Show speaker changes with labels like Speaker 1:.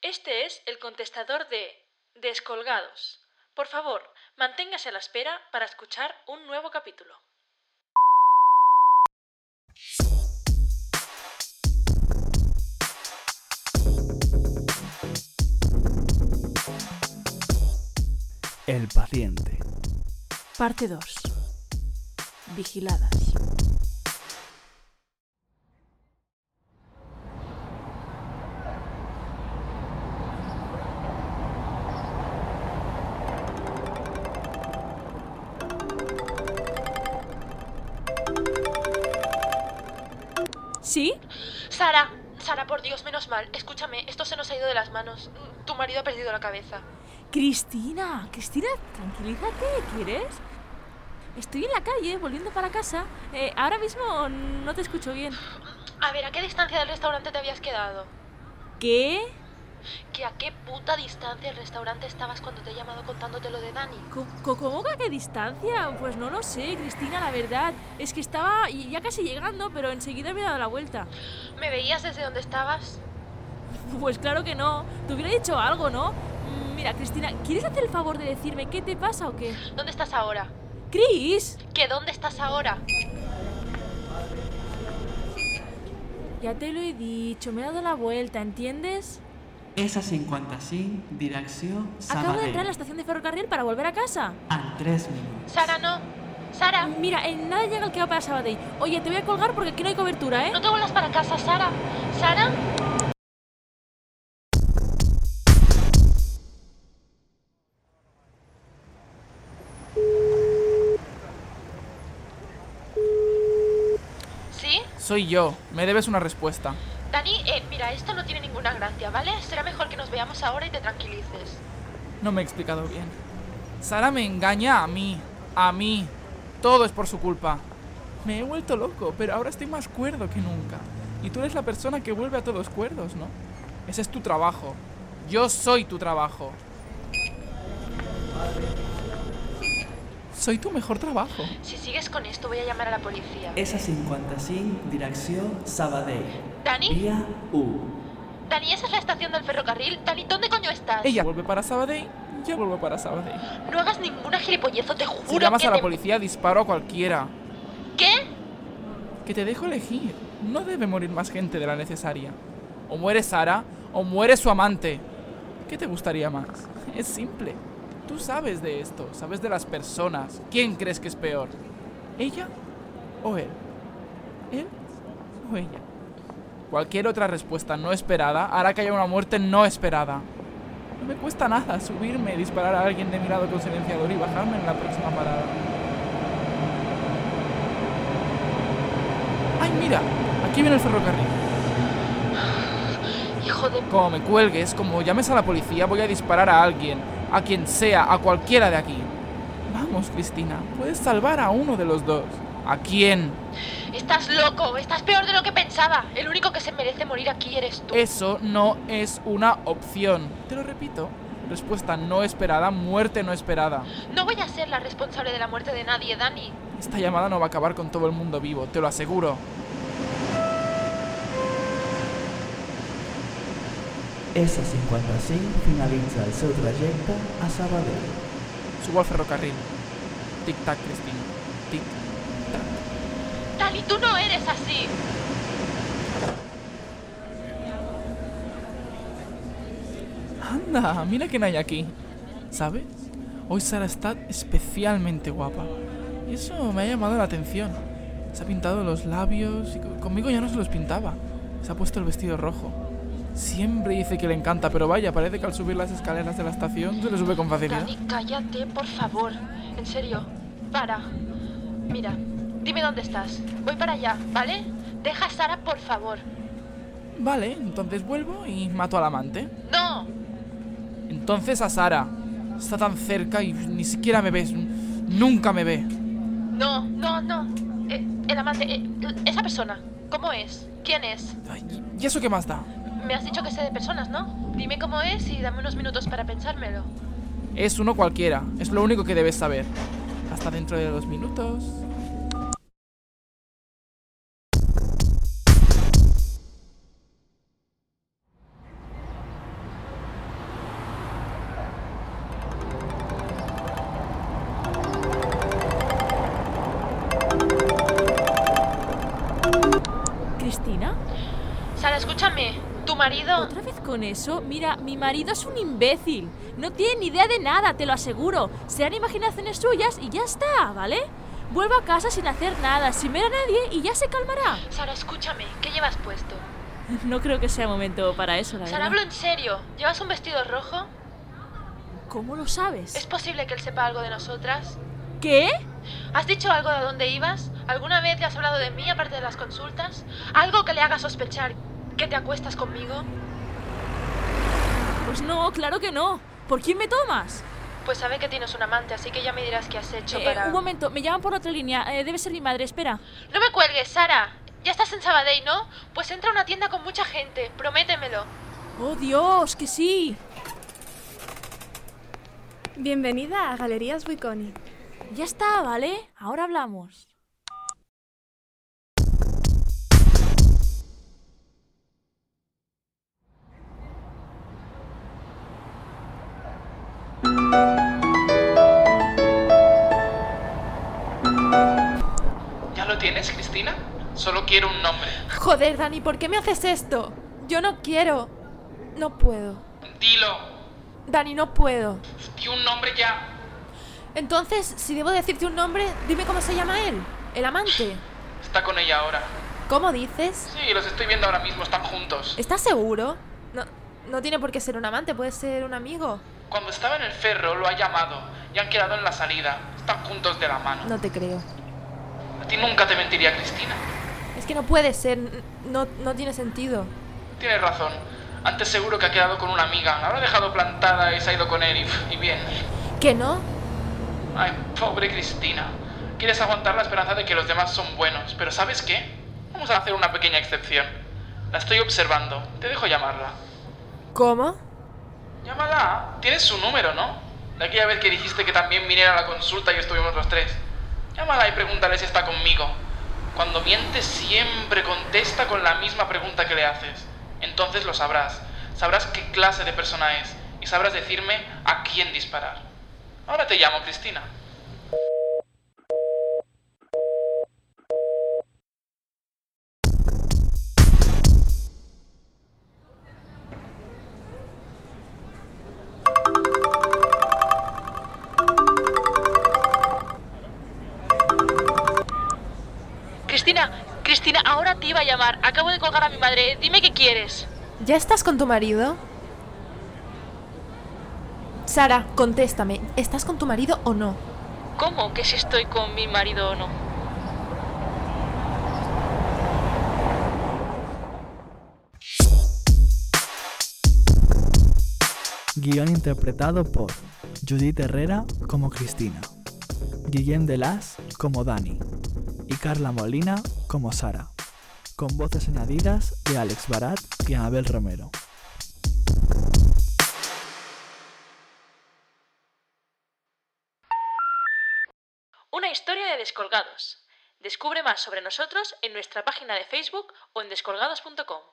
Speaker 1: Este es el contestador de Descolgados. Por favor, manténgase a la espera para escuchar un nuevo capítulo.
Speaker 2: El paciente.
Speaker 3: Parte 2. Vigiladas. ¿Sí?
Speaker 1: Sara, Sara, por Dios, menos mal. Escúchame, esto se nos ha ido de las manos. Tu marido ha perdido la cabeza.
Speaker 3: Cristina, Cristina, tranquilízate, ¿quieres? Estoy en la calle, volviendo para casa. Eh, ahora mismo no te escucho bien.
Speaker 1: A ver, ¿a qué distancia del restaurante te habías quedado?
Speaker 3: ¿Qué?
Speaker 1: ¿Que a qué puta distancia del restaurante estabas cuando te he llamado contándote lo de Dani?
Speaker 3: Co- co- ¿Cómo que a qué distancia? Pues no lo sé, Cristina, la verdad. Es que estaba y- ya casi llegando, pero enseguida me he dado la vuelta.
Speaker 1: ¿Me veías desde donde estabas?
Speaker 3: Pues claro que no. Te hubiera dicho algo, ¿no? Mm, Mira, Cristina, ¿quieres hacer el favor de decirme qué te pasa o qué?
Speaker 1: ¿Dónde estás ahora?
Speaker 3: ¡Cris!
Speaker 1: ¿Que dónde estás ahora?
Speaker 3: Ya te lo he dicho, me he dado la vuelta, ¿entiendes?
Speaker 4: És a 55, direcció
Speaker 3: Acabo de
Speaker 4: Sabadell. Ah,
Speaker 3: entrar a la estación de ferrocarril para volver a casa.
Speaker 4: En 3 minuts.
Speaker 1: Sara, no. Sara,
Speaker 3: Mira, en nada llega el que va para Sabadell. Oye, te voy a colgar porque aquí no hay cobertura, ¿eh?
Speaker 1: no te vuelvas para casa, Sara. Sara. ¿Sí?
Speaker 5: Soy yo, me debes una respuesta.
Speaker 1: Dani, eh, mira, esto no tiene ninguna gracia, ¿vale? Será mejor que nos veamos ahora y te tranquilices.
Speaker 5: No me he explicado bien. Sara me engaña a mí, a mí. Todo es por su culpa. Me he vuelto loco, pero ahora estoy más cuerdo que nunca. Y tú eres la persona que vuelve a todos cuerdos, ¿no? Ese es tu trabajo. Yo soy tu trabajo. Soy tu mejor trabajo.
Speaker 1: Si sigues con esto, voy a llamar a la policía.
Speaker 5: Eh,
Speaker 4: És a 55, direcció Sabadell.
Speaker 5: eh.
Speaker 1: ¿Dani?
Speaker 4: Via 1.
Speaker 1: ¿Dani, esa es la estación del ferrocarril? ¿Dani, dónde coño estás?
Speaker 5: Ella vuelve para Sabadell, yo vuelvo para Sabadell.
Speaker 1: No hagas ninguna gilipollezo, te juro
Speaker 5: Si llamas
Speaker 1: que
Speaker 5: a la
Speaker 1: te-
Speaker 5: policía, disparo a cualquiera.
Speaker 1: ¿Qué?
Speaker 5: Que te dejo elegir. No debe morir más gente de la necesaria. O muere Sara, o muere su amante. ¿Qué te gustaría más? Es simple. Tú sabes de esto, sabes de las personas. ¿Quién crees que es peor? ¿Ella o él? ¿Él o ella? Cualquier otra respuesta no esperada hará que haya una muerte no esperada. No me cuesta nada subirme, disparar a alguien de mi lado con silenciador y bajarme en la próxima parada. ¡Ay, mira! Aquí viene el ferrocarril.
Speaker 1: Hijo de...
Speaker 5: Como me cuelgues, como llames a la policía, voy a disparar a alguien, a quien sea, a cualquiera de aquí. Vamos, Cristina, puedes salvar a uno de los dos. ¿A quién?
Speaker 1: Estás loco, estás peor de lo que pensaba. El único que se merece morir aquí eres tú.
Speaker 5: Eso no es una opción. Te lo repito. Respuesta no esperada, muerte no esperada.
Speaker 1: No voy a ser la responsable de la muerte de nadie, Dani.
Speaker 5: Esta llamada no va a acabar con todo el mundo vivo, te lo aseguro.
Speaker 4: És a 55, finalitza el seu trajecte a Sabadell.
Speaker 5: Subo al ferrocarril. Tic-tac, Cristina. Tic.
Speaker 1: Dani, tú no eres así.
Speaker 5: Anda, mira quién hay aquí. ¿Sabes? Hoy Sara está especialmente guapa. Y eso me ha llamado la atención. Se ha pintado los labios y co- conmigo ya no se los pintaba. Se ha puesto el vestido rojo. Siempre dice que le encanta, pero vaya, parece que al subir las escaleras de la estación se le sube con facilidad.
Speaker 1: Dani, cállate, por favor. En serio, para. Mira, dime dónde estás. Voy para allá, ¿vale? Deja a Sara, por favor.
Speaker 5: Vale, entonces vuelvo y mato al amante.
Speaker 1: No,
Speaker 5: Entonces a Sara. Está tan cerca y ni siquiera me ves. Nunca me ve.
Speaker 1: no, no, no. Eh, el amante, eh, esa persona, ¿cómo es? ¿Quién es?
Speaker 5: Ay, ¿Y eso qué más da?
Speaker 1: Me has dicho que sé de personas, ¿no? Dime cómo es y dame unos minutos para pensármelo.
Speaker 5: Es uno cualquiera, es lo único que debes saber. Hasta dentro de dos minutos.
Speaker 3: Cristina?
Speaker 1: Sara, escúchame. Tu marido...
Speaker 3: ¿Otra vez con eso? Mira, mi marido es un imbécil. No tiene ni idea de nada, te lo aseguro. Serán imaginaciones suyas y ya está, ¿vale? Vuelvo a casa sin hacer nada, sin ver a nadie y ya se calmará.
Speaker 1: Sara, escúchame. ¿Qué llevas puesto?
Speaker 3: No creo que sea momento para eso, la
Speaker 1: Sara,
Speaker 3: verdad.
Speaker 1: hablo en serio. ¿Llevas un vestido rojo?
Speaker 3: ¿Cómo lo sabes?
Speaker 1: ¿Es posible que él sepa algo de nosotras?
Speaker 3: ¿Qué?
Speaker 1: ¿Has dicho algo de dónde ibas? ¿Alguna vez le has hablado de mí aparte de las consultas? ¿Algo que le haga sospechar que te acuestas conmigo?
Speaker 3: Pues no, claro que no. ¿Por quién me tomas?
Speaker 1: Pues sabe que tienes un amante, así que ya me dirás qué has hecho
Speaker 3: Eh,
Speaker 1: para...
Speaker 3: un momento, me llaman por otra línea. Eh, debe ser mi madre, espera.
Speaker 1: No me cuelgues, Sara. Ya estás en Sabadell, ¿no? Pues entra a una tienda con mucha gente, prométemelo.
Speaker 3: ¡Oh, Dios, que sí!
Speaker 6: Bienvenida a Galerías Buiconi.
Speaker 3: Ya está, ¿vale? Ahora hablamos.
Speaker 5: ¿Ya lo tienes, Cristina? Solo quiero un nombre.
Speaker 6: Joder, Dani, ¿por qué me haces esto? Yo no quiero. No puedo.
Speaker 5: Dilo.
Speaker 6: Dani, no puedo.
Speaker 5: Di un nombre ya.
Speaker 6: Entonces, si debo decirte un nombre, dime cómo se llama él. El amante.
Speaker 5: Está con ella ahora.
Speaker 6: ¿Cómo dices?
Speaker 5: Sí, los estoy viendo ahora mismo, están juntos.
Speaker 6: ¿Estás seguro? No, no tiene por qué ser un amante, puede ser un amigo.
Speaker 5: Cuando estaba en el ferro lo ha llamado y han quedado en la salida. Están juntos de la mano.
Speaker 6: No te creo.
Speaker 5: A ti nunca te mentiría, Cristina.
Speaker 6: Es que no puede ser. n- No, no tiene sentido.
Speaker 5: Tienes razón. Antes seguro que ha quedado con una amiga. Ahora ha dejado plantada y se ha ido con él y, y bien.
Speaker 6: ¿Que no?
Speaker 5: Ay, pobre Cristina. Quieres aguantar la esperanza de que los demás son buenos, pero ¿sabes qué? Vamos a hacer una pequeña excepción. La estoy observando. Te dejo llamarla.
Speaker 6: ¿Cómo?
Speaker 5: Llámala. Tienes su número, ¿no? De aquella vez que dijiste que también viniera a la consulta y estuvimos los tres. Llámala y pregúntale si está conmigo. Cuando mientes siempre contesta con la misma pregunta que le haces. Entonces lo sabrás. Sabrás qué clase de persona es y sabrás decirme a quién disparar. Ahora te llamo, Cristina.
Speaker 1: Cristina, Cristina, ahora te iba a llamar. Acabo de colgar a mi madre. Dime qué quieres.
Speaker 6: ¿Ya estás con tu marido? Sara, contéstame. ¿Estás con tu marido o no?
Speaker 1: ¿Cómo? ¿Que si estoy con mi marido o no?
Speaker 4: Guión interpretado por Judith Herrera como Cristina, Guillem Delas como Dani y Carla Molina como Sara, con voces añadidas de Alex Barat y Abel Romero.
Speaker 1: Una historia de descolgados. Descubre más sobre nosotros en nuestra página de Facebook o en descolgados.com.